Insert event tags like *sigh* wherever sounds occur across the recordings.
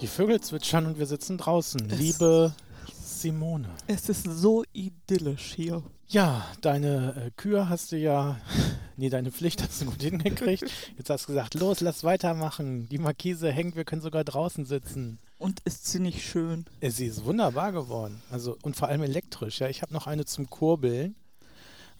Die Vögel zwitschern und wir sitzen draußen. Liebe Simone. Es ist so idyllisch hier. Ja, deine äh, Kühe hast du ja, *laughs* nee, deine Pflicht hast du gut hingekriegt. Jetzt hast du gesagt, los, lass weitermachen. Die Markise hängt, wir können sogar draußen sitzen. Und ist sie nicht schön? Äh, Sie ist wunderbar geworden. Also, und vor allem elektrisch. Ja, ich habe noch eine zum Kurbeln.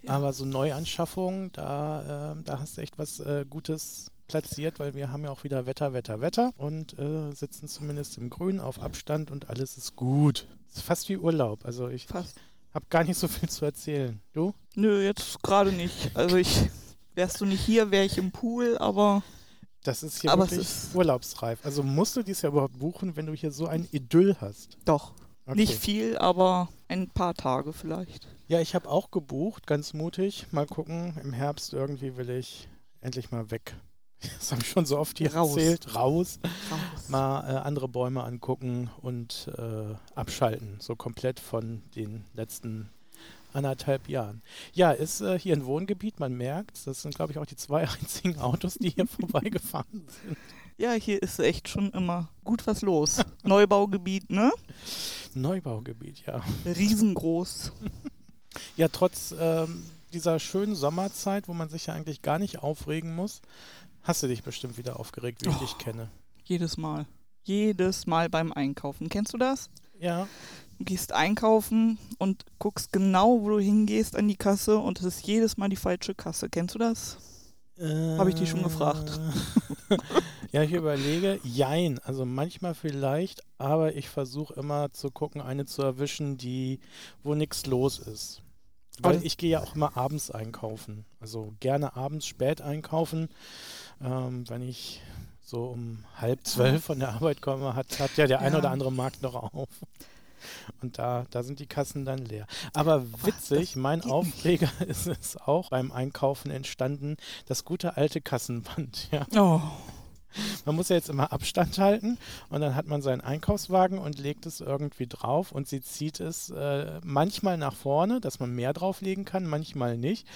Ja. Aber so Neuanschaffungen, da, ähm, da hast du echt was äh, Gutes platziert, weil wir haben ja auch wieder Wetter, Wetter, Wetter und äh, sitzen zumindest im Grün auf Abstand und alles ist gut. Ist fast wie Urlaub. Also ich Fast. habe gar nicht so viel zu erzählen. Du? Nö, jetzt gerade nicht. Also ich wärst du nicht hier, wäre ich im Pool, aber Das ist hier Aber es wirklich ist- urlaubsreif. Also musst du dies ja überhaupt buchen, wenn du hier so ein Idyll hast. doch. Okay. Nicht viel, aber ein paar Tage vielleicht. Ja, ich habe auch gebucht, ganz mutig. Mal gucken, im Herbst irgendwie will ich endlich mal weg. *laughs* Das habe ich schon so oft hier Raus. erzählt. Raus. Raus. Mal äh, andere Bäume angucken und äh, abschalten. So komplett von den letzten anderthalb Jahren. Ja, ist äh, hier ein Wohngebiet, man merkt Das sind, glaube ich, auch die zwei *laughs* einzigen Autos, die hier *laughs* vorbeigefahren sind. Ja, hier ist echt schon immer gut was los. Neubaugebiet, ne? Neubaugebiet, ja. Riesengroß. Ja, trotz ähm, dieser schönen Sommerzeit, wo man sich ja eigentlich gar nicht aufregen muss, hast du dich bestimmt wieder aufgeregt, wie ich Oh. dich kenne. Jedes Mal. Jedes Mal beim Einkaufen. Kennst du das? Ja, Du gehst einkaufen und guckst genau, wo du hingehst an die Kasse und es ist jedes Mal die falsche Kasse. Kennst du das? ich dich schon gefragt? Äh, *laughs* ja, ich überlege, jein. Also manchmal vielleicht, aber ich versuche immer zu gucken, eine zu erwischen, die, wo nichts los ist. Weil Aber- ich gehe ja auch immer abends einkaufen. Also gerne abends spät einkaufen. Ähm, wenn ich so um halb zwölf von der Arbeit komme, hat, hat ja der ein Ja. oder andere Markt noch auf. Und da, da sind die Kassen dann leer. Aber witzig, mein Oh, geht Aufreger *laughs* ist es auch beim Einkaufen entstanden, das gute alte Kassenband. *laughs* Ja. Oh. Man muss ja jetzt immer Abstand halten und dann hat man seinen Einkaufswagen und legt es irgendwie drauf und sie zieht es äh, manchmal nach vorne, dass man mehr drauflegen kann, manchmal nicht,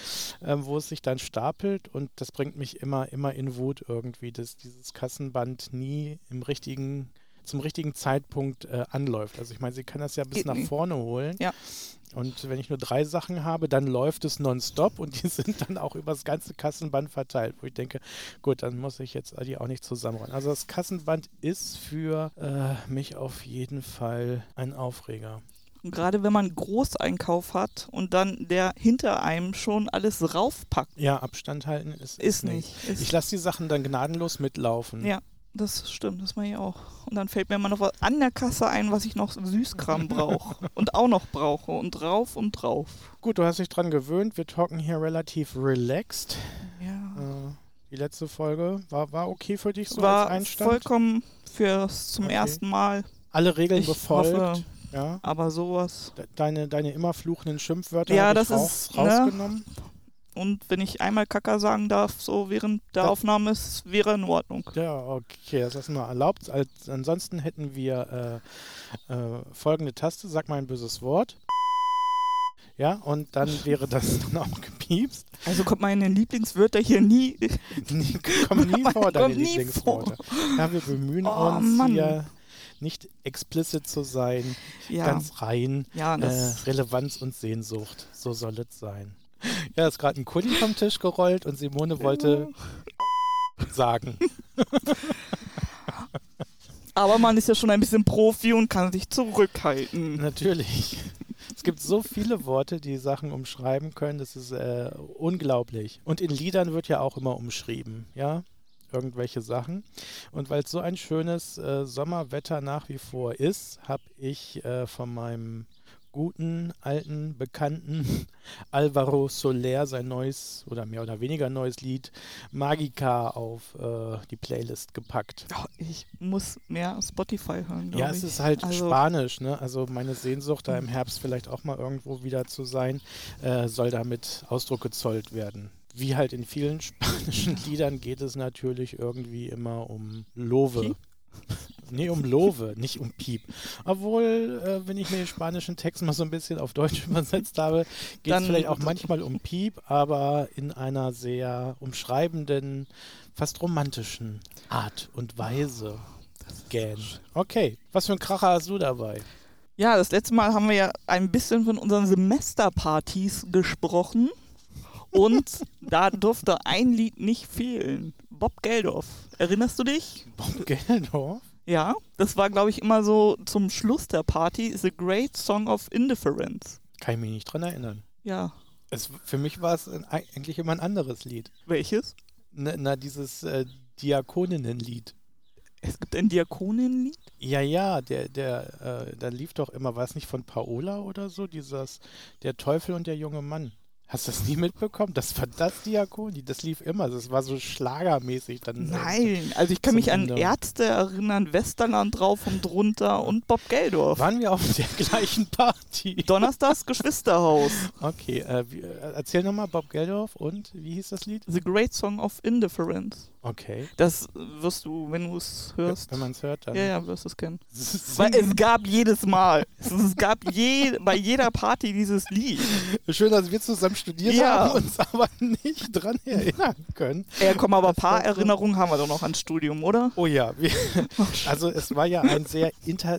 ähm, wo es sich dann stapelt und das bringt mich immer, immer in Wut irgendwie, dass dieses Kassenband nie im richtigen zum richtigen Zeitpunkt äh, anläuft. Also ich meine, sie kann das ja bis Geht nach nicht. vorne holen. Ja. Und wenn ich nur drei Sachen habe, dann läuft es nonstop und die *laughs* sind dann auch übers ganze Kassenband verteilt, wo ich denke, Gut, dann muss ich jetzt die auch nicht zusammenrollen. Also das Kassenband ist für äh, mich auf jeden Fall ein Aufreger. Und gerade wenn man einen Großeinkauf hat und dann der hinter einem schon alles raufpackt, Ja, Abstand halten ist, ist nicht. Ist, Ich lasse die Sachen dann gnadenlos mitlaufen. Ja. das stimmt, das mache ich auch. Und dann fällt mir immer noch was an der Kasse ein, was ich noch *laughs* Süßkram brauche und auch noch brauche und drauf und drauf. Gut, du hast dich dran gewöhnt. Wir talken hier relativ relaxed. Ja, Äh, die letzte Folge war, war okay für dich so als war Einstand. vollkommen fürs zum Okay. ersten Mal. Alle Regeln Ich befolgt. hoffe, Ja. aber sowas. De- Deine, deine immer fluchenden Schimpfwörter Ja, hab ich das raus, ist, ne? rausgenommen. Und wenn ich einmal Kacker sagen darf, so während der Da- Aufnahme ist, wäre in Ordnung. Ja, okay, das ist nur erlaubt. Als, ansonsten hätten wir äh, äh, folgende Taste, sag mal ein böses Wort. Ja, und *laughs* dann wäre das dann auch gepiepst. Also kommt meine Lieblingswörter hier nie. Nee, kommen nie vor, deine Kommt nie Lieblingsworte. Ja, wir bemühen Oh, uns Mann. hier nicht explicit zu sein, *laughs* Ja, ganz rein. ja Äh, das Relevanz und Sehnsucht, so soll es sein. Ja, ist gerade ein Kuli vom Tisch gerollt und Simone wollte Genau. sagen. Aber man ist ja schon ein bisschen Profi und kann sich zurückhalten. Natürlich. Es gibt so viele Worte, die Sachen umschreiben können. Das ist äh, unglaublich. Und in Liedern wird ja auch immer umschrieben, ja? Irgendwelche Sachen. Und weil es so ein schönes äh, Sommerwetter nach wie vor ist, habe ich äh, von meinem guten, alten, bekannten *laughs* Alvaro Soler sein neues oder mehr oder weniger neues Lied Magica auf äh, die Playlist gepackt. Oh, ich muss mehr Spotify hören. glaub Ja, es ich. ist halt Also- Mhm. Spanisch, ne? Also meine Sehnsucht, da im Herbst vielleicht auch mal irgendwo wieder zu sein, äh, soll damit Ausdruck gezollt werden. Wie halt in vielen *laughs* spanischen Liedern geht es natürlich irgendwie immer um Love. Piep? Nee, um Love, nicht um Piep. Obwohl, äh, wenn ich mir den spanischen Text mal so ein bisschen auf Deutsch *laughs* übersetzt habe, geht es Dann- vielleicht auch manchmal um Piep, aber in einer sehr umschreibenden, fast romantischen Art und Weise. again. Okay, was für ein Kracher hast du dabei? Ja, das letzte Mal haben wir ja ein bisschen von unseren Semesterpartys gesprochen. Und *laughs* da durfte ein Lied nicht fehlen. Bob Geldorf. Erinnerst du dich? *laughs* Bob Geldorf? Ja, das war, glaube ich, immer so zum Schluss der Party. The Great Song of Indifference. Kann ich mich nicht dran erinnern. Ja. Es, für mich war es ein- eigentlich immer ein anderes Lied. Welches? Na, na dieses äh, Diakoninnenlied. Es gibt ein Diakoninnenlied. Ja, ja, der, der, äh, da lief doch immer, war es nicht von Paola oder so, dieses Der Teufel und der junge Mann. Hast du das nie mitbekommen? Das war das Diakoni, das lief immer. Das war so schlagermäßig dann. äh, Nein, also ich kann Zum mich an Ende. Ärzte erinnern, Westerland drauf und drunter und Bob Geldorf. Waren wir auf der gleichen Party? Donnerstags *laughs* Geschwisterhaus. Okay, äh, wie- äh, erzähl nochmal Bob Geldorf und wie hieß das Lied? The Great Song of Indifference. Okay. Das wirst du, wenn du es hörst. Wenn man es hört, dann. *laughs* ja, ja, wirst du es kennen. Weil Singen. es gab *laughs* jedes Mal. Es gab je, bei jeder Party dieses Lied. Schön, dass wir zusammen studiert Ja. haben, uns aber nicht dran erinnern können. Ja, komm, aber ein paar war so- Erinnerungen haben wir doch noch ans Studium, oder? Oh ja, wir, also es war ja ein sehr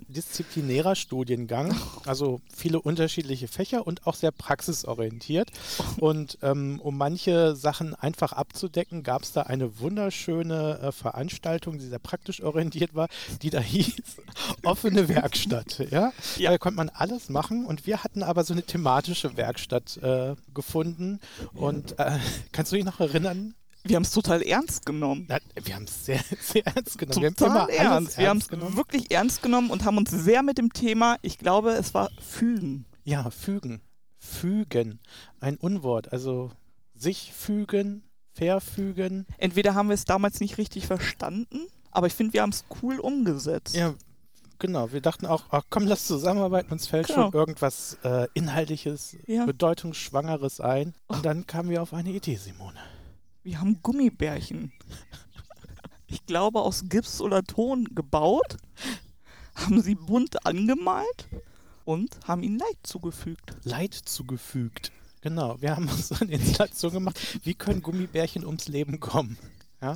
interdisziplinärer Studiengang, also viele unterschiedliche Fächer und auch sehr praxisorientiert. Und ähm, um manche Sachen einfach abzudecken, gab es da eine wunderschöne äh, Veranstaltung, die sehr praktisch orientiert war, die da *laughs* hieß offene Werkstatt. Ja? Ja. Da konnte man alles machen und wir hatten aber so eine thematische Werkstatt äh, gefunden. Und äh, kannst du dich noch erinnern? Wir haben es total ernst genommen. Na, wir haben es sehr, *laughs* sehr ernst genommen. wir haben Total immer alles ernst. Wir haben es ernst genommen. wirklich ernst genommen und haben uns sehr mit dem Thema, ich glaube, es war Fügen. Ja, fügen. Fügen. Ein Unwort. Also sich fügen, verfügen. Entweder haben wir es damals nicht richtig verstanden, aber ich finde, wir haben es cool umgesetzt. Ja, genau. Wir dachten auch, ach, komm, lass zusammenarbeiten. Uns fällt Genau. schon irgendwas äh, Inhaltliches, Ja. Oh. Bedeutungsschwangeres ein. Und dann kamen wir auf eine Idee, Simone. Wir haben Gummibärchen. Ich glaube, aus Gips oder Ton gebaut, haben sie bunt angemalt und haben ihnen Leid zugefügt. Leid zugefügt. Genau. Wir haben uns *laughs* so eine Installation gemacht. Wie können Gummibärchen ums Leben kommen?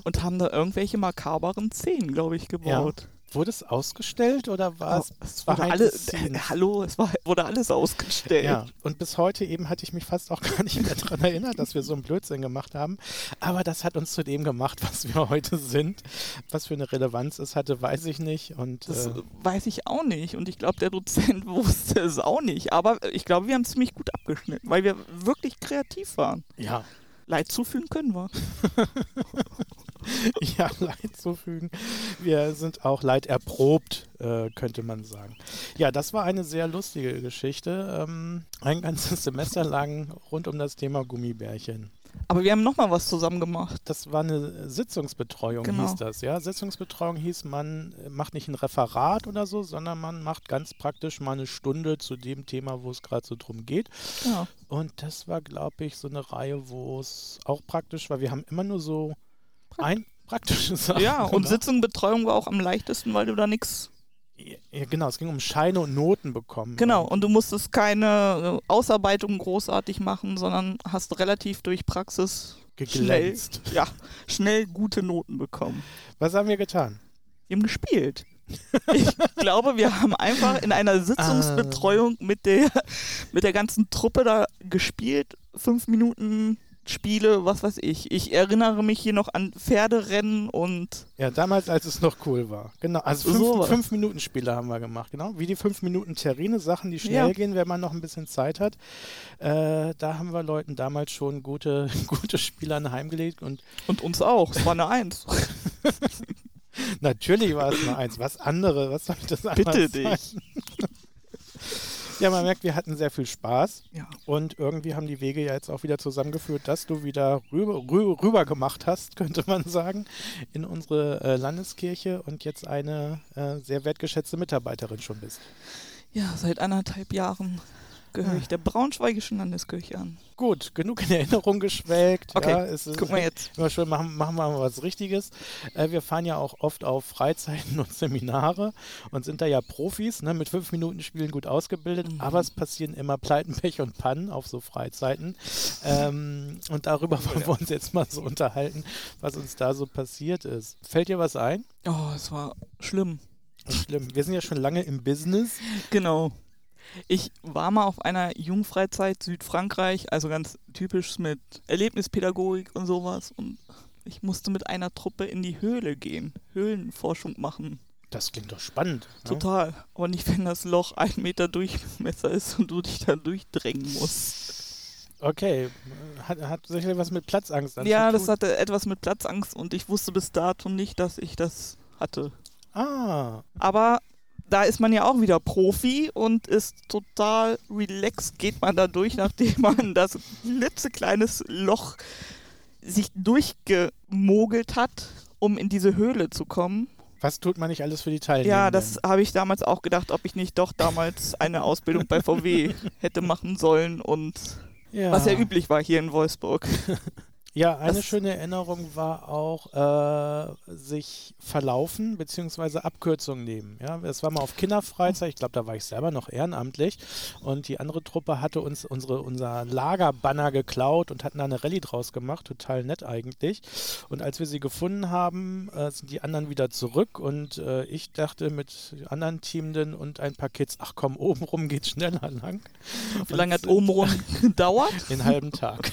Und haben da irgendwelche makaberen Szenen, glaube ich, gebaut. Wurde es ausgestellt oder war es? Oh, es war wurde behind alle, äh, the scenes? hallo, es war, wurde alles ausgestellt. Ja, und bis heute eben hatte ich mich fast auch *laughs* gar nicht mehr daran erinnert, dass wir so einen Blödsinn gemacht haben. Aber das hat uns zu dem gemacht, was wir heute sind. Was für eine Relevanz es hatte, weiß ich nicht. Und Das äh, weiß ich auch nicht. Und ich glaube, der Dozent *laughs* wusste es auch nicht. Aber äh, ich glaube, wir haben ziemlich gut abgeschnitten, weil wir wirklich kreativ waren. ja, *laughs* Leid zufügen können wir. ja, Leid zufügen. Wir sind auch Leid erprobt, äh, könnte man sagen. Ja, das war eine sehr lustige Geschichte. Ähm, ein ganzes Semester lang rund um das Thema Gummibärchen. Aber wir haben nochmal was zusammen gemacht. Das war eine Sitzungsbetreuung, Genau. hieß das, ja. Sitzungsbetreuung hieß, man äh, macht nicht ein Referat oder so, sondern man macht ganz praktisch mal eine Stunde zu dem Thema, wo es gerade so drum geht. Ja. Und das war, glaube ich, so eine Reihe, wo es auch praktisch war. Wir haben immer nur so ein praktisches *laughs* Sachen. Ja, und gemacht. Sitzung, Betreuung war auch am leichtesten, weil du da nichts. Ja, genau, es ging um Scheine und Noten bekommen. Genau, und du musstest keine äh, Ausarbeitung großartig machen, sondern hast relativ durch Praxis schnell, Geglänzt. ja, schnell gute Noten bekommen. Was haben wir getan? Wir haben *laughs* gespielt. Ich glaube, wir haben einfach in einer Sitzungsbetreuung mit der, mit der ganzen Truppe da gespielt. Fünf Minuten Spiele, was weiß ich. Ich erinnere mich hier noch an Pferderennen und Ja, damals, als es noch cool war. Genau, also So fünf, was. fünf Minuten Spiele haben wir gemacht, genau. Wie die fünf Minuten Terrine, Sachen, die schnell Ja. gehen, wenn man noch ein bisschen Zeit hat. Äh, da haben wir Leuten damals schon gute, *laughs* gute Spiele anheimgelegt und Und uns auch. Es war eine Eins. natürlich war es nur eins. Was andere, was soll das anders Bitte sein? *laughs* dich. Ja, man merkt, wir hatten sehr viel Spaß *laughs* Ja. und irgendwie haben die Wege ja jetzt auch wieder zusammengeführt, dass du wieder rüber, rü rüber gemacht hast, *laughs* könnte man sagen, in unsere äh, Landeskirche und jetzt eine äh, sehr wertgeschätzte Mitarbeiterin schon bist. ja, seit anderthalb Jahren gehöre ich der Braunschweigischen Landeskirche an. Gut, genug in Erinnerung geschwelgt. Okay, ja, es ist Guck mal jetzt. Immer schön, machen, machen wir mal was Richtiges. Äh, wir fahren ja auch oft auf Freizeiten *laughs* und Seminare und sind da ja Profis, ne, mit fünf Minuten Spielen gut ausgebildet, Mhm. aber es passieren immer Pleiten, Pech und Pannen auf so Freizeiten. Ähm, und darüber Oh wollen wir uns jetzt mal so unterhalten, was uns da so passiert ist. Fällt dir was ein? Oh, es war schlimm. Nicht schlimm. Wir sind ja schon lange im Business. Genau. Ich war mal auf einer Jugendfreizeit Südfrankreich, also ganz typisch mit Erlebnispädagogik und sowas. Und ich musste mit einer Truppe in die Höhle gehen, Höhlenforschung machen. Das klingt doch spannend. ne? Total. Aber nicht, wenn das Loch ein Meter Durchmesser ist und du dich da durchdrängen musst. Okay. Hat, hat sicherlich was mit Platzangst an ja, zu das tun. hatte etwas mit Platzangst und ich wusste bis dato nicht, dass ich das hatte. Ah, Aber da ist man ja auch wieder Profi und ist total relaxed, geht man da durch, nachdem man das klitzekleines Loch sich durchgemogelt hat, um in diese Höhle zu kommen. was tut man nicht alles für die Teilnehmer? Ja, das habe ich damals auch gedacht, ob ich nicht doch damals eine Ausbildung bei VW hätte machen sollen und ja. was ja üblich war hier in Wolfsburg. Ja, eine Das- schöne Erinnerung war auch, äh, sich verlaufen bzw. Abkürzungen nehmen. Ja, das war mal auf Kinderfreizeit, ich glaube, da war ich selber noch ehrenamtlich und die andere Truppe hatte uns unsere, unser Lagerbanner geklaut und hatten da eine Rallye draus gemacht, total nett eigentlich. Und als wir sie gefunden haben, äh, sind die anderen wieder zurück und äh, ich dachte mit anderen Teamenden und ein paar Kids, ach komm, oben rum geht schneller lang, Wie lange hat Omron gedauert? den halben *laughs* Tag.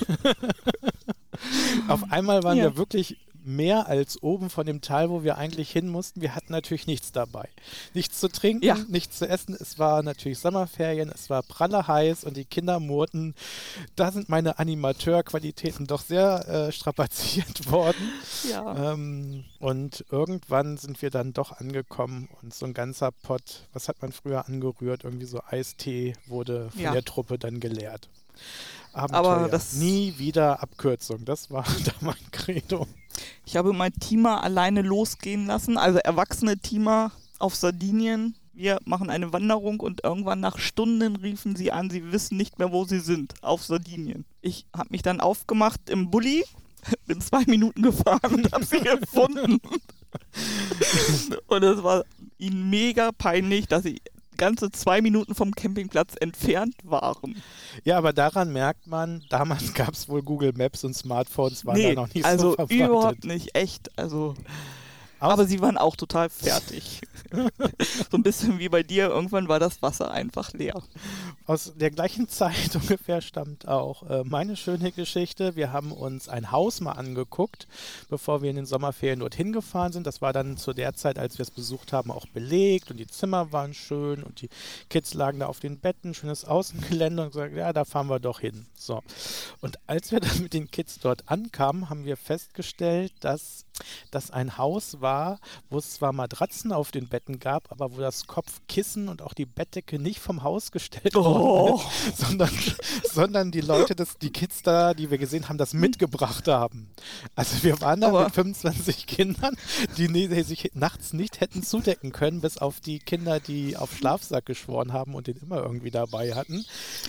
Auf einmal waren Ja. wir wirklich mehr als oben von dem Tal, wo wir eigentlich hin mussten. Wir hatten natürlich nichts dabei. Nichts zu trinken, Ja. nichts zu essen. Es war natürlich Sommerferien, es war pralle heiß und die Kinder murrten. Da sind meine Animateurqualitäten doch sehr äh, strapaziert *laughs* worden. Ja. Ähm, und irgendwann sind wir dann doch angekommen und so ein ganzer Pott, was hat man früher angerührt, irgendwie so Eistee wurde von Ja. der Truppe dann geleert. Abenteuer. das- Nie wieder Abkürzung, das war *laughs* da mein Credo. Ich habe mein Teamer alleine losgehen lassen, also erwachsene Teamer auf Sardinien. Wir machen eine Wanderung und irgendwann nach Stunden riefen sie an, sie wissen nicht mehr, wo sie sind, auf Sardinien. Ich habe mich dann aufgemacht im Bulli, *laughs* bin zwei Minuten gefahren und habe sie gefunden. und es war ihnen mega peinlich, dass sie ganze zwei Minuten vom Campingplatz entfernt waren. Ja, aber daran merkt man, damals gab es wohl Google Maps und Smartphones waren Nee, da noch nicht so also verbreitet. überhaupt nicht, echt. Also Aus- Aber sie waren auch total fertig. *laughs* so ein bisschen wie bei dir, irgendwann war das Wasser einfach leer. Aus der gleichen *laughs* Zeit ungefähr stammt auch äh, meine schöne Geschichte. Wir haben uns ein Haus mal angeguckt, bevor wir in den Sommerferien dorthin gefahren sind. Das war dann zu der Zeit, als wir es besucht haben, auch belegt und die Zimmer waren schön und die Kids lagen da auf den Betten, schönes Außengelände und gesagt, ja, da fahren wir doch hin. So. Und als wir dann mit den Kids dort ankamen, haben wir festgestellt, dass das ein Haus war, wo es zwar Matratzen auf den Betten gab, aber wo das Kopfkissen und auch die Bettdecke nicht vom Haus gestellt worden Oh. ist, sondern, sondern die Leute, das, die Kids da, die wir gesehen haben, das mitgebracht haben. Also wir waren da Aber- mit 25 Kindern, die, nie- die sich nachts nicht hätten zudecken können, bis auf die Kinder, die auf Schlafsack geschworen haben und den immer irgendwie dabei hatten.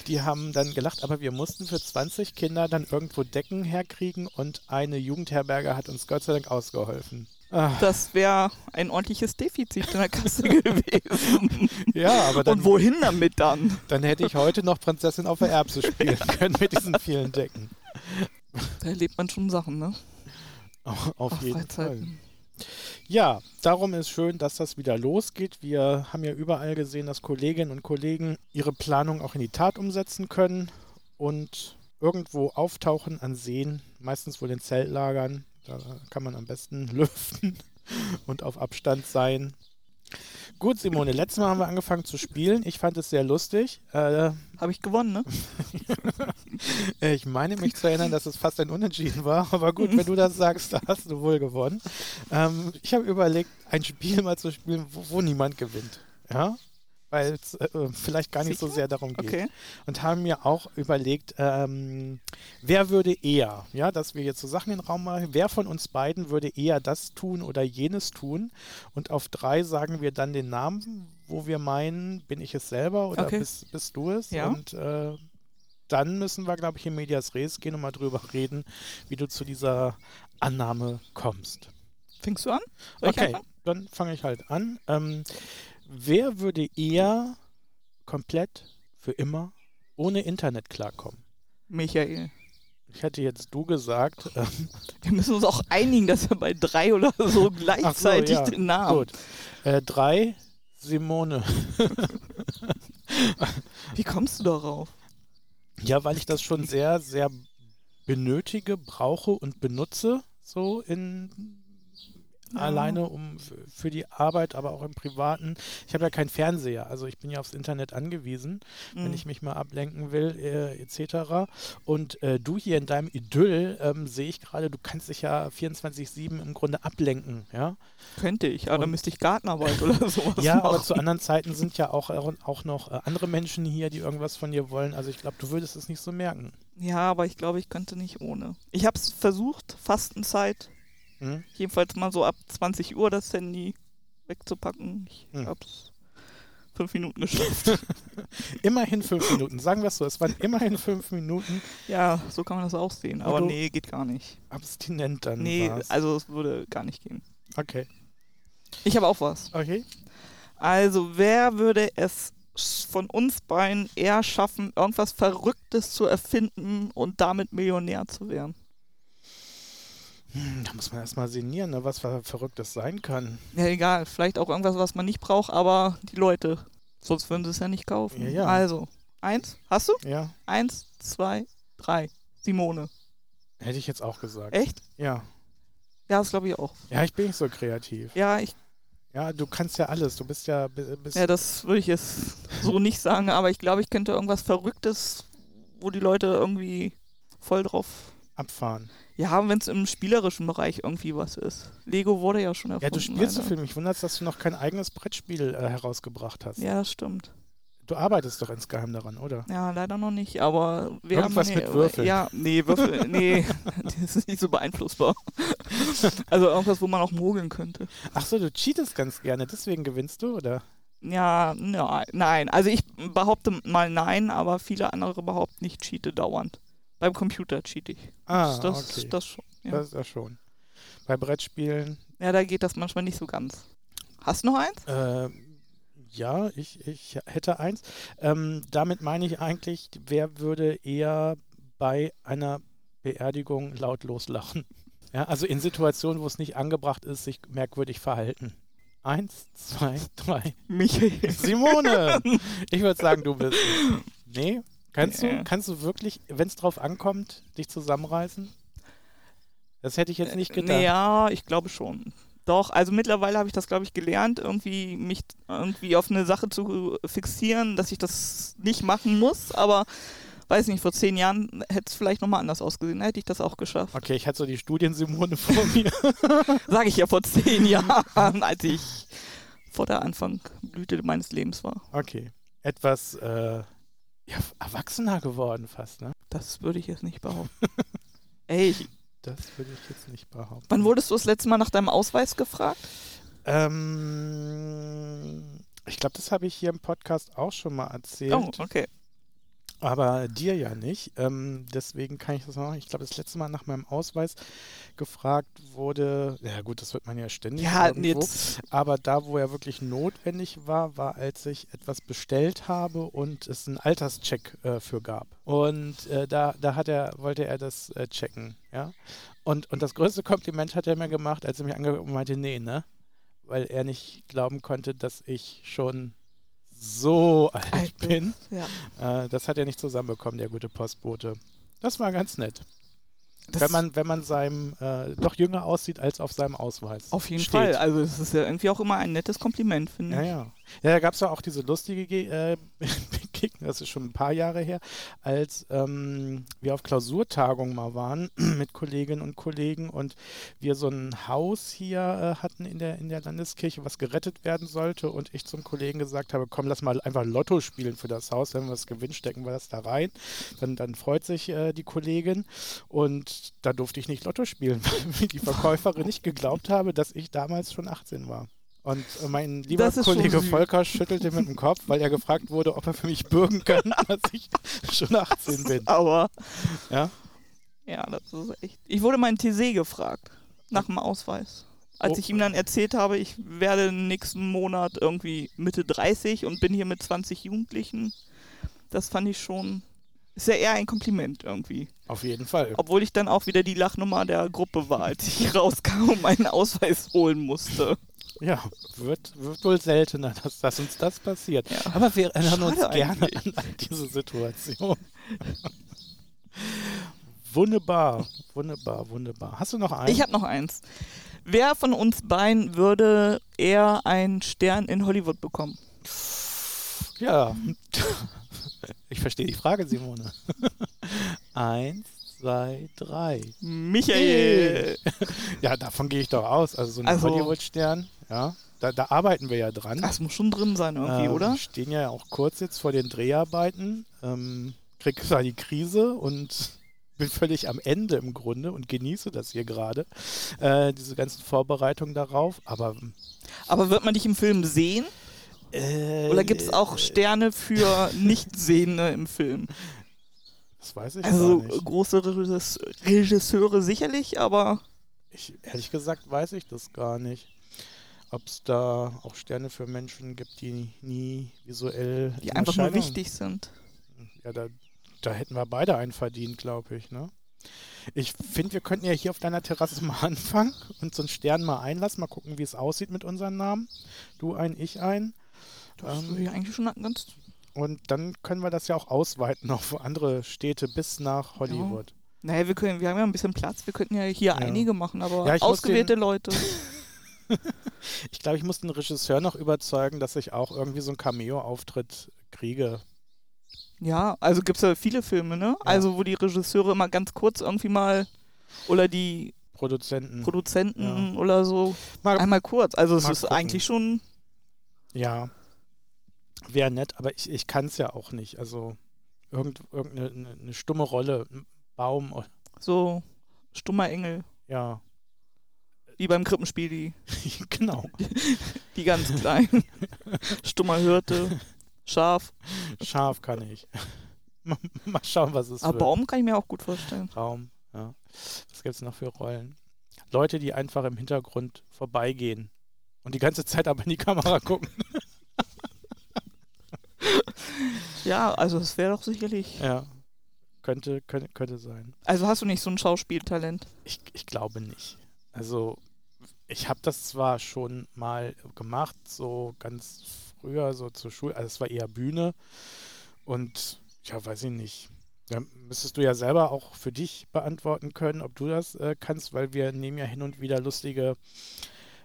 Die haben dann gelacht, aber wir mussten für 20 Kinder dann irgendwo Decken herkriegen und eine Jugendherberge hat uns Gott sei Dank ausgeholfen. Ah, Das wäre ein ordentliches Defizit in der Kasse *laughs* gewesen. ja, aber dann, Und wohin damit dann? dann hätte ich heute noch Prinzessin auf der Erbse spielen können mit diesen vielen Decken. Da erlebt man schon Sachen, ne? Au- Auf Auf jeden Fall. Freizeiten. Ja, darum ist schön, dass das wieder losgeht. Wir haben ja überall gesehen, dass Kolleginnen und Kollegen ihre Planung auch in die Tat umsetzen können und irgendwo auftauchen an Seen, meistens wohl in Zeltlagern. Da kann man am besten *laughs* lüften und auf Abstand sein. Gut, Simone, letztes Mal haben wir angefangen zu spielen. Ich fand es sehr lustig. Äh, Habe ich gewonnen, ne? ich meine mich zu erinnern, dass es fast ein Unentschieden war, *laughs* aber gut, wenn du das sagst, da hast du wohl gewonnen. Ähm, ich habe überlegt, ein Spiel mal zu spielen, wo, wo niemand gewinnt. Ja? Weil es äh, vielleicht gar nicht so Sicher? sehr darum geht. Okay. Und haben mir auch überlegt, ähm, wer würde eher, ja, dass wir jetzt so Sachen in den Raum machen, wer von uns beiden würde eher das tun oder jenes tun? Und auf drei sagen wir dann den Namen, wo wir meinen, bin ich es selber oder Okay. bist, bist du es? Ja. Und äh, dann müssen wir, glaube ich, in Medias Res gehen und mal drüber reden, wie du zu dieser Annahme kommst. Fängst du an? Soll ich okay, anfangen? dann fange ich halt an. Ähm, wer würde eher komplett für immer ohne Internet klarkommen? Michael. Ich hätte jetzt du gesagt. Ähm, Wir müssen uns *laughs* auch einigen, dass wir bei drei oder so gleichzeitig ja. den Namen. gut. Äh, drei, Simone. Wie kommst du darauf? Ja, weil ich das schon sehr, sehr benötige, brauche und benutze, so in Ja. alleine um f- für die Arbeit, aber auch im Privaten. Ich habe ja keinen Fernseher, also ich bin ja aufs Internet angewiesen, wenn Hm. ich mich mal ablenken will, äh, etc. Und äh, du hier in deinem Idyll ähm, sehe ich gerade, du kannst dich ja 24-7 im Grunde ablenken, ja. Könnte ich, aber dann Und- müsste ich Gartenarbeit *laughs* oder sowas ja, machen. aber zu anderen Zeiten sind ja auch, auch noch äh, andere Menschen hier, die irgendwas von dir wollen. Also ich glaube, du würdest es nicht so merken. ja, aber ich glaube, ich könnte nicht ohne. Ich habe es versucht, Fastenzeit, Hm? jedenfalls mal so ab 20 Uhr das Handy wegzupacken. Ich Hm. habe es fünf Minuten geschafft. Immerhin fünf Minuten, sagen wir es so, es waren immerhin fünf Minuten *laughs* ja, so kann man das auch sehen. Aber du- nee, geht gar nicht. abstinent dann. Nee, war's. also es würde gar nicht gehen. Okay. Ich habe auch was. Okay. Also, wer würde es sch- von uns beiden eher schaffen, irgendwas Verrücktes zu erfinden und damit Millionär zu werden? Hm, Da muss man erstmal sinnieren, ne, was ver- Verrücktes sein kann. Ja, egal. Vielleicht auch irgendwas, was man nicht braucht, aber die Leute. Sonst würden sie es ja nicht kaufen. Ja, ja. Also, eins. Hast du? Ja, Eins, zwei, drei. Simone. hätte ich jetzt auch gesagt. Echt? Ja. Ja, das glaube ich auch. Ja, ich bin nicht so kreativ. Ja, ich, Ja, du kannst ja alles. Du bist ja. bi- Bist, ja das würde ich jetzt so nicht sagen, aber ich glaube, ich könnte irgendwas Verrücktes, wo die Leute irgendwie voll drauf. Abfahren. Ja, wenn es im spielerischen Bereich irgendwie was ist. Lego wurde ja schon erfunden. Ja, du spielst so leider. viel. Mich wundert dass du noch kein eigenes Brettspiel äh, herausgebracht hast. Ja, das stimmt. Du arbeitest doch insgeheim daran, oder? Ja, leider noch nicht, aber wir Irgendwas haben mit Würfeln. Ja, nee, *laughs* Würfel, nee, *laughs* das ist nicht so beeinflussbar. Also irgendwas, wo man auch mogeln könnte. Ach so, du cheatest ganz gerne, deswegen gewinnst du, oder? Ja, ja, nein. Also ich behaupte mal nein, aber viele andere behaupten, ich cheate dauernd. Beim Computer cheate ich. Ah, das, okay. das schon. Ja. Das ist ja schon. Bei Brettspielen, ja, da geht das manchmal nicht so ganz. Hast du noch eins? äh, ja, ich, ich hätte eins. Ähm, damit meine ich eigentlich, wer würde eher bei einer Beerdigung laut loslachen? Ja, also in Situationen, wo es nicht angebracht ist, sich merkwürdig verhalten. Eins, zwei, drei. *laughs* Michael. Simone! Ich würde sagen, du bist. es. Nee? Kannst Nee. du, kannst du wirklich, wenn es drauf ankommt, dich zusammenreißen? Das hätte ich Äh, jetzt nicht gedacht. Ja, ich glaube schon. Doch, also mittlerweile habe ich das, glaube ich, gelernt, irgendwie mich irgendwie auf eine Sache zu fixieren, dass ich das nicht machen muss. Aber weiß nicht, vor zehn Jahren hätte es vielleicht nochmal anders ausgesehen. Hätte ich das auch geschafft. Okay, ich hatte so die Studien-Simone *laughs* vor mir. Sage ich ja vor zehn *laughs* Jahren, als ich vor der Anfangblüte meines Lebens war. Okay. Etwas äh, ja, erwachsener geworden fast, ne? Das würde ich jetzt nicht *laughs* behaupten. Ey, ich, Das würde ich jetzt nicht behaupten. wann wurdest du das letzte Mal nach deinem Ausweis gefragt? Ähm, ich glaube, das habe ich hier im Podcast auch schon mal erzählt. Oh, okay. Aber dir ja nicht. Ähm, deswegen kann ich das noch. Ich glaube, das letzte Mal nach meinem Ausweis gefragt wurde. Ja, gut, das wird man ja ständig. Ja, irgendwo. jetzt. Aber da, wo er wirklich notwendig war, war, als ich etwas bestellt habe und es einen Alterscheck äh, für gab. Und äh, da, da hat er, wollte er das äh, checken, ja. Und, und das größte Kompliment hat er mir gemacht, als er mich angeguckt und meinte, nee, ne? Weil er nicht glauben konnte, dass ich schon so alt, Alt bist, bin. ja. Äh, das hat er nicht zusammenbekommen, der gute Postbote. Das war ganz nett. Das- wenn man, wenn man seinem äh, doch jünger aussieht als auf seinem Ausweis. Auf jeden steht. Fall. Also es ist ja irgendwie auch immer ein nettes Kompliment, finde Ja, ich. ja. Ja, da gab es ja auch diese lustige Ge äh, *laughs* Begegnung, das ist schon ein paar Jahre her, als ähm, wir auf Klausurtagung mal waren *clears throat* mit Kolleginnen und Kollegen und wir so ein Haus hier äh, hatten in der, in der Landeskirche, was gerettet werden sollte und ich zum Kollegen gesagt habe, komm, lass mal einfach Lotto spielen für das Haus, wenn wir das gewinnen, stecken wir das da rein, dann, dann freut sich äh, die Kollegin und da durfte ich nicht Lotto spielen, *laughs* weil mir die Verkäuferin nicht geglaubt habe, dass ich damals schon 18 war. Und äh, mein lieber Das ist schon Kollege süß. Volker schüttelte mit dem Kopf, weil er gefragt wurde, ob er für mich bürgen kann, *laughs* dass ich schon 18 bin. Aber Ja? ja, das ist echt. Ich wurde meinen TC gefragt nach dem Ausweis. Als Oh. ich ihm dann erzählt habe, ich werde nächsten Monat irgendwie Mitte 30 und bin hier mit 20 Jugendlichen, das fand ich schon. Ist ja eher ein Kompliment irgendwie. Auf jeden Fall. Obwohl ich *laughs* dann auch wieder die Lachnummer der Gruppe war, als ich rauskam und meinen Ausweis holen musste. Ja, wird, wird wohl seltener, dass, dass uns das passiert. Ja. Aber wir erinnern uns Schade gerne an, an diese Situation. *laughs* wunderbar, wunderbar, wunderbar. Hast du noch einen? Ich habe noch eins. Wer von uns beiden würde eher einen Stern in Hollywood bekommen? ja. *laughs* Ich verstehe die Frage, Simone. *laughs* Eins, zwei, drei. Michael! Ja, davon gehe ich doch aus. Also so ein Also- Hollywood-Stern, ja. Da, da arbeiten wir ja dran. Das muss schon drin sein irgendwie, Ähm, oder? stehen ja auch kurz jetzt vor den Dreharbeiten, ähm, krieg da die Krise und *laughs* bin völlig am Ende im Grunde und genieße das hier gerade, äh, diese ganzen Vorbereitungen darauf. Aber Aber wird man dich im Film sehen? äh, Oder gibt es auch *laughs* Sterne für Nichtsehende im Film? Das weiß ich Also gar nicht. große Regisse- Regisseure sicherlich, aber Ich, ehrlich gesagt weiß ich das gar nicht. Ob es da auch Sterne für Menschen gibt, die nie visuell die in einfach nur Erscheinung wichtig sind. Ja, da, da hätten wir beide einen verdient, glaube ich, ne? Ich finde, wir könnten ja hier auf deiner Terrasse *laughs* mal anfangen und so einen Stern mal einlassen, mal gucken, wie es aussieht mit unseren Namen. Du ein, ich ein. Das Ähm, würde ich eigentlich schon ganz. Und dann können wir das ja auch ausweiten auf andere Städte bis nach Hollywood. Naja, wir, können, wir haben ja ein bisschen Platz, wir könnten ja hier einige machen, aber Ja, ich muss ausgewählte Leute. Ich glaube, ich muss den Regisseur noch überzeugen, dass ich auch irgendwie so einen Cameo-Auftritt kriege. Ja, also gibt es ja viele Filme, ne? Also wo die Regisseure immer ganz kurz irgendwie mal oder die Produzenten. Produzenten oder so Hm. Mal- einmal kurz. Also es mal ist gucken. eigentlich schon, Ja. Wäre nett, aber ich, ich kann es ja auch nicht. Also irgend, irgendeine eine, eine stumme Rolle, ein Baum, oder- so stummer Engel, *laughs* ja, wie beim Krippenspiel, die, genau. die *laughs* ganz kleinen. stummer Hirte, Schaf. Scharf kann ich. *laughs* Mal- Mal schauen, was es Aber wird. Baum kann ich mir auch gut vorstellen. Baum, ja. Was gibt es noch für Rollen? Leute, die einfach im Hintergrund vorbeigehen und die ganze Zeit aber in die Kamera *laughs* gucken. Ja, also es wäre doch sicherlich. Ja. Könnte, könnte, könnte sein. Also hast du nicht so ein Schauspieltalent. Ich, ich glaube nicht. Also, ich habe das zwar schon mal gemacht, so ganz früher, so zur Schule. Also, es war eher Bühne. Und ja, weiß ich nicht. Da müsstest du ja selber auch für dich beantworten können, ob du das äh, kannst, weil wir nehmen ja hin und wieder lustige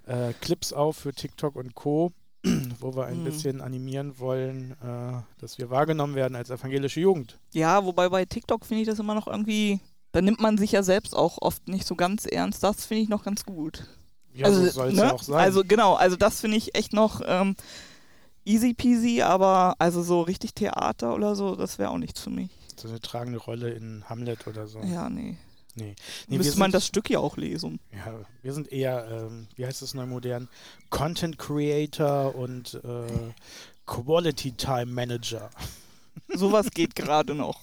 äh, Clips auf für TikTok und Co., *clears throat* wo wir ein Hm. bisschen animieren wollen, äh, dass wir wahrgenommen werden als evangelische Jugend. Ja, wobei bei TikTok finde ich das immer noch irgendwie. Da nimmt man sich ja selbst auch oft nicht so ganz ernst. Das finde ich noch ganz gut. Ja, so soll es ja auch sein. Also genau, also das finde ich echt noch ähm, easy peasy, aber also so richtig Theater oder so, das wäre auch nichts für mich. so eine tragende Rolle in Hamlet oder so. Ja, nee. Nee. nee wir Müsste sind, man das Stück ja auch lesen. Ja, wir sind eher, ähm, wie heißt das neu modern? Content Creator und äh, Quality Time Manager. Sowas geht gerade noch.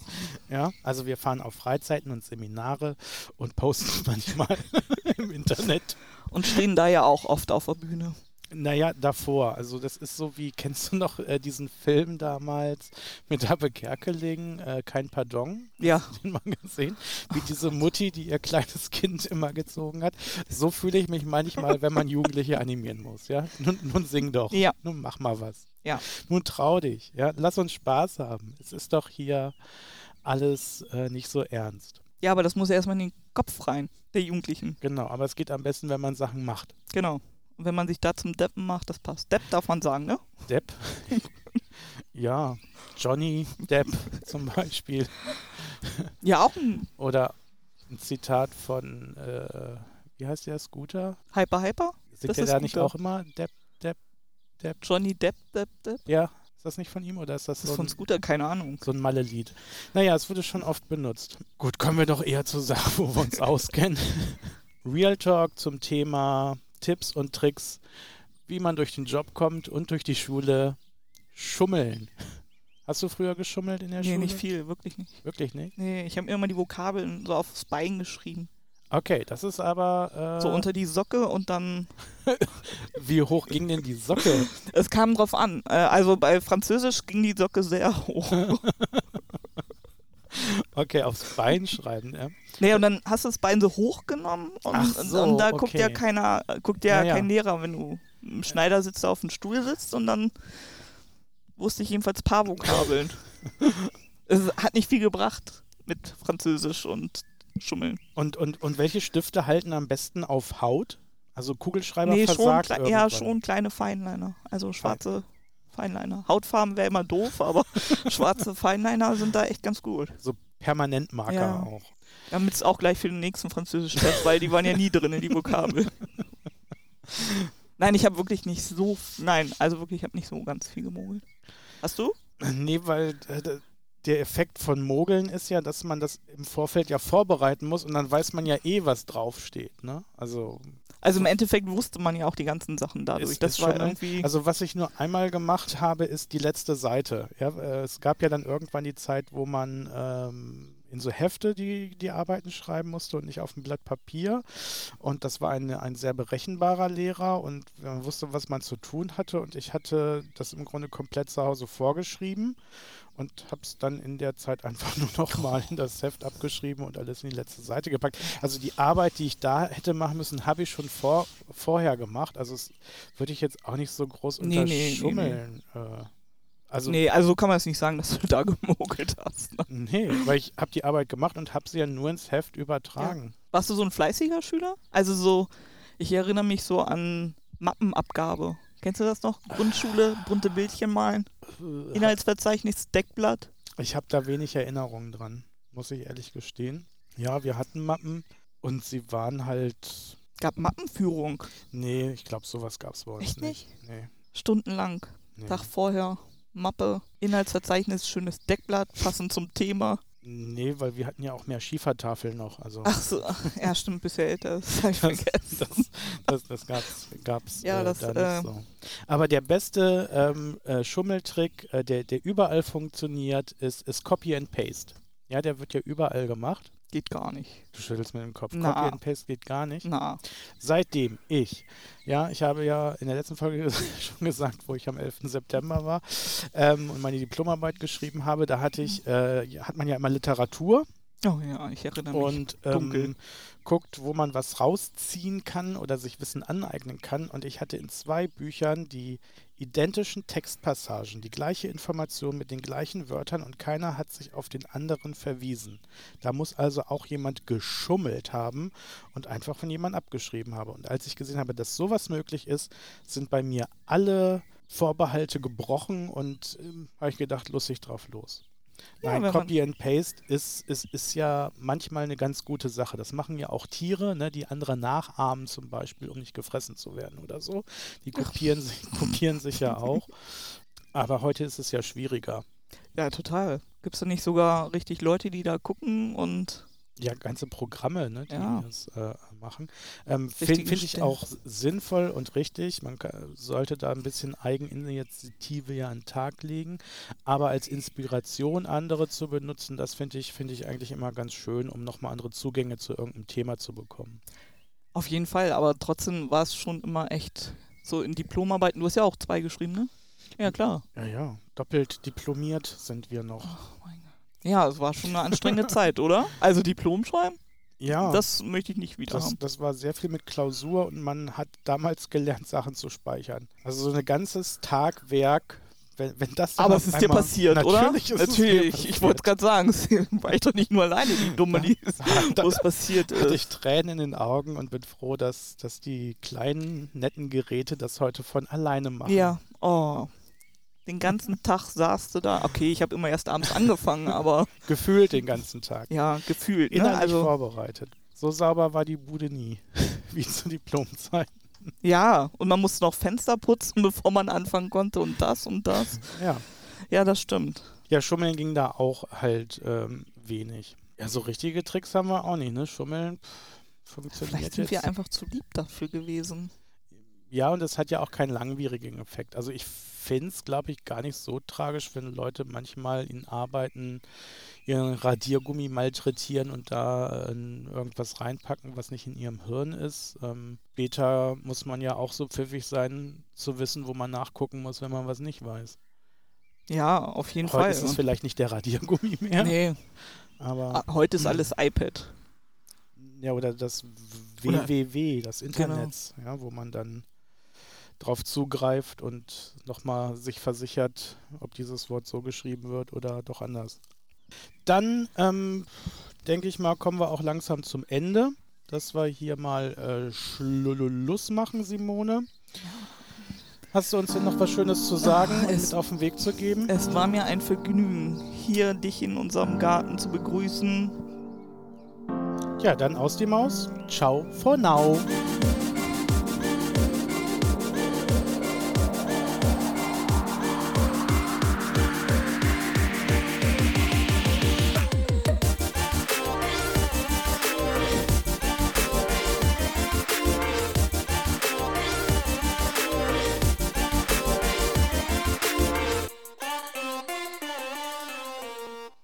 Ja, also wir fahren auf Freizeiten und Seminare und posten *laughs* manchmal im Internet. Und stehen da ja auch oft auf der Bühne. Naja, davor. Also das ist so wie, kennst du noch äh, diesen Film damals mit Habe Kerkeling, äh, Kein Pardon? *laughs* Ja, den man gesehen, wie diese Mutti, die ihr kleines Kind immer gezogen hat. So fühle ich mich manchmal, wenn man Jugendliche animieren muss. Ja, nun, nun sing doch. Ja. Nun mach mal was. Ja. Nun trau dich. Ja, lass uns Spaß haben. Es ist doch hier alles äh, nicht so ernst. ja, aber das muss ja erstmal in den Kopf rein, der Jugendlichen. Genau. Aber es geht am besten, wenn man Sachen macht. Genau. Und wenn man sich da zum Deppen macht, das passt. Depp darf man sagen, ne? Depp. *laughs* ja. Johnny Depp *laughs* zum Beispiel. Ja, auch ein Oder ein Zitat von, äh, wie heißt der Scooter? Hyper Hyper. Singt Das der ist da nicht Scooter. auch immer? Depp, Depp, Johnny Depp, Depp, Depp. Ja, ist das nicht von ihm oder ist das, Das ist so, von ein, Scooter, keine Ahnung. so ein Malle-Lied? Naja, es wurde schon oft benutzt. Gut, kommen wir doch eher zur Sache, wo wir *laughs* uns auskennen. Real Talk zum Thema Tipps und Tricks, wie man durch den Job kommt und durch die Schule schummeln. Hast du früher geschummelt in der Nee, Schule? nicht viel, wirklich nicht. Wirklich nicht? Nee, ich habe immer die Vokabeln so aufs Bein geschrieben. Okay, das ist aber. Äh, So unter die Socke und dann. wie hoch ging denn die Socke? Es kam drauf an. Äh, Also bei Französisch ging die Socke sehr hoch. Okay, aufs Bein schreiben. Ja. Nee, und dann hast du das Bein so hoch genommen und, Ach so, und da okay. guckt ja keiner, äh, guckt ja Ja, ja. kein Lehrer, wenn du im Schneidersitz da auf dem Stuhl sitzt und dann wusste ich *laughs* jedenfalls Pavo-Kabeln. es hat nicht viel gebracht mit Französisch und Schummeln. Und, und, und welche Stifte halten am besten auf Haut? Also Kugelschreiber nee, schon, versagt klei- irgendwann. ja, schon kleine Feinliner. Also schwarze Feinliner. Hautfarben wäre immer *laughs* doof, aber schwarze Feinliner sind da echt ganz gut. So Permanentmarker Ja. auch. Damit es auch gleich für den nächsten französischen Test, weil die waren ja nie drin in die Vokabel. Nein, ich habe wirklich nicht so. Nein, also wirklich, ich habe nicht so ganz viel gemogelt. Hast du? Nee, weil äh, d- der Effekt von Mogeln ist ja, dass man das im Vorfeld ja vorbereiten muss und dann weiß man ja eh, was draufsteht. Ne? Also Also im Endeffekt wusste man ja auch die ganzen Sachen dadurch. Ist- das ist war schon- irgendwie. Also was ich nur einmal gemacht habe, ist die letzte Seite. Ja, äh, es gab ja dann irgendwann die Zeit, wo man ähm, in so Hefte die, die Arbeiten schreiben musste und nicht auf dem Blatt Papier. Und das war eine, ein sehr berechenbarer Lehrer und man wusste, was man zu tun hatte. Und ich hatte das im Grunde komplett zu Hause vorgeschrieben und habe es dann in der Zeit *laughs* einfach nur noch mal in das Heft abgeschrieben und alles in die letzte Seite gepackt. Also die Arbeit, die ich da hätte machen müssen, habe ich schon vor, vorher gemacht. Also es würde ich jetzt auch nicht so groß Nee, nee, nee, nee. unterschummeln. Äh, also nee. nee, also so kann man es nicht sagen, dass du *laughs* da gemogelt hast. ne? weil ich habe die Arbeit gemacht und habe sie ja nur ins Heft übertragen. Warst du so ein fleißiger Schüler? Also so, ich erinnere mich so an Mappenabgabe. Kennst du das noch? Grundschule, bunte Bildchen malen, Inhaltsverzeichnis, Deckblatt. Ich habe da wenig Erinnerungen dran, muss ich ehrlich gestehen. Ja, wir hatten Mappen und sie waren halt, Gab Mappenführung, nee, ich glaube, sowas gab es bei uns Echt nicht. Nee, stundenlang. nee. Tag vorher, Mappe, Inhaltsverzeichnis, schönes Deckblatt, passend zum Thema. Nee, weil wir hatten ja auch mehr Schiefertafeln noch. Also Ach so, *laughs* ja stimmt, bist ja älter, *laughs* das habe ich Das- halt vergessen. *laughs* das, das, das gab's, gab's Ja, äh, das, da äh, nicht so. Aber der beste ähm, äh, Schummeltrick, äh, der, der überall funktioniert, ist, ist Copy and Paste. Ja, der wird ja überall gemacht. Geht gar nicht. Du schüttelst mit dem Kopf. Na. Copy and Paste geht gar nicht. Na, Seitdem ich, ja, ich habe ja in der letzten Folge *laughs* schon gesagt, wo ich am 11. September war ähm, und meine Diplomarbeit geschrieben habe, da hatte ich, äh, hat man ja immer Literatur oh ja, ich erinnere mich. und dunkel. ähm, guckt, wo man was rausziehen kann oder sich Wissen aneignen kann. Und ich hatte in zwei Büchern die identischen Textpassagen, die gleiche Information mit den gleichen Wörtern und keiner hat sich auf den anderen verwiesen. Da muss also auch jemand geschummelt haben und einfach von jemandem abgeschrieben habe. Und als ich gesehen habe, dass sowas möglich ist, sind bei mir alle Vorbehalte gebrochen und ähm, habe ich gedacht, lustig drauf los. Ja, Nein, wenn man- Copy and Paste ist, ist, ist ja manchmal eine ganz gute Sache. Das machen ja auch Tiere, ne, die andere nachahmen zum Beispiel, um nicht gefressen zu werden oder so. Die kopieren sich, *laughs* kopieren sich ja auch. Aber heute ist es ja schwieriger. Ja, total. Gibt es da nicht sogar richtig Leute, die da gucken und Ja, ganze Programme, ne, die Ja. das äh, machen. Ähm, Finde Richtige find ich Stellen. auch s- sinnvoll und richtig. Man ka- sollte da ein bisschen Eigeninitiative ja an den Tag legen. Aber als Inspiration andere zu benutzen, das finde ich, finde ich eigentlich immer ganz schön, um nochmal andere Zugänge zu irgendeinem Thema zu bekommen. auf jeden Fall, aber trotzdem war es schon immer echt so in Diplomarbeiten. Du hast ja auch zwei geschrieben, ne? Mhm. Ja, klar. Ja, ja. Doppelt diplomiert sind wir noch. Oh mein Gott. Ja, es war schon eine *laughs* anstrengende Zeit, oder? Also Diplom schreiben, Ja. das möchte ich nicht wieder Das, haben. das war sehr viel mit Klausur und man hat damals gelernt, Sachen zu speichern. Also so ein ganzes Tagwerk, wenn, wenn das dann Aber auf es ist dir einmal- passiert, oder? Natürlich ist Natürlich, es mir ich wollte es gerade sagen, *laughs* es war ich doch nicht nur alleine, die Dumme, *laughs* die passiert. Da wo es passiert hatte ist. ich Tränen in den Augen und bin froh, dass, dass die kleinen, netten Geräte das heute von alleine machen. Ja, oh. Den ganzen Tag saß du da. Okay, ich habe immer erst abends *laughs* angefangen, aber Gefühlt den ganzen Tag. ja, gefühlt. Ne? Innerlich Also, vorbereitet. So sauber war die Bude nie, *laughs* wie zur Diplomzeit. ja, und man musste noch Fenster putzen, *laughs* bevor man anfangen konnte und das und das. Ja. Ja, das stimmt. Ja, Schummeln ging da auch halt ähm, wenig. Ja, so richtige Tricks haben wir auch nicht, ne? Schummeln pff, funktioniert Vielleicht sind wir jetzt. einfach zu lieb dafür gewesen. Ja, und das hat ja auch keinen langwierigen Effekt. Also ich finde es, glaube ich, gar nicht so tragisch, wenn Leute manchmal in Arbeiten ihren Radiergummi malträtieren und da äh, irgendwas reinpacken, was nicht in ihrem Hirn ist. Ähm, später muss man ja auch so pfiffig sein, zu wissen, wo man nachgucken muss, wenn man was nicht weiß. Ja, auf jeden Heute Fall. ist es vielleicht nicht der Radiergummi mehr, nee, aber... ah, heute ist alles iPad. Ja, oder das Oder- WWW, das Genau. Internet, ja, wo man dann drauf zugreift und nochmal sich versichert, ob dieses Wort so geschrieben wird oder doch anders. Dann ähm, denke ich mal, kommen wir auch langsam zum Ende, dass wir hier mal äh, Schluss machen, Simone. Hast du uns denn noch was Schönes zu sagen Ah, und es- Äh, mit auf den Weg zu geben? Es war mir ein Vergnügen, hier dich in unserem Garten zu begrüßen. Ja, dann aus die Maus. Ciao for now.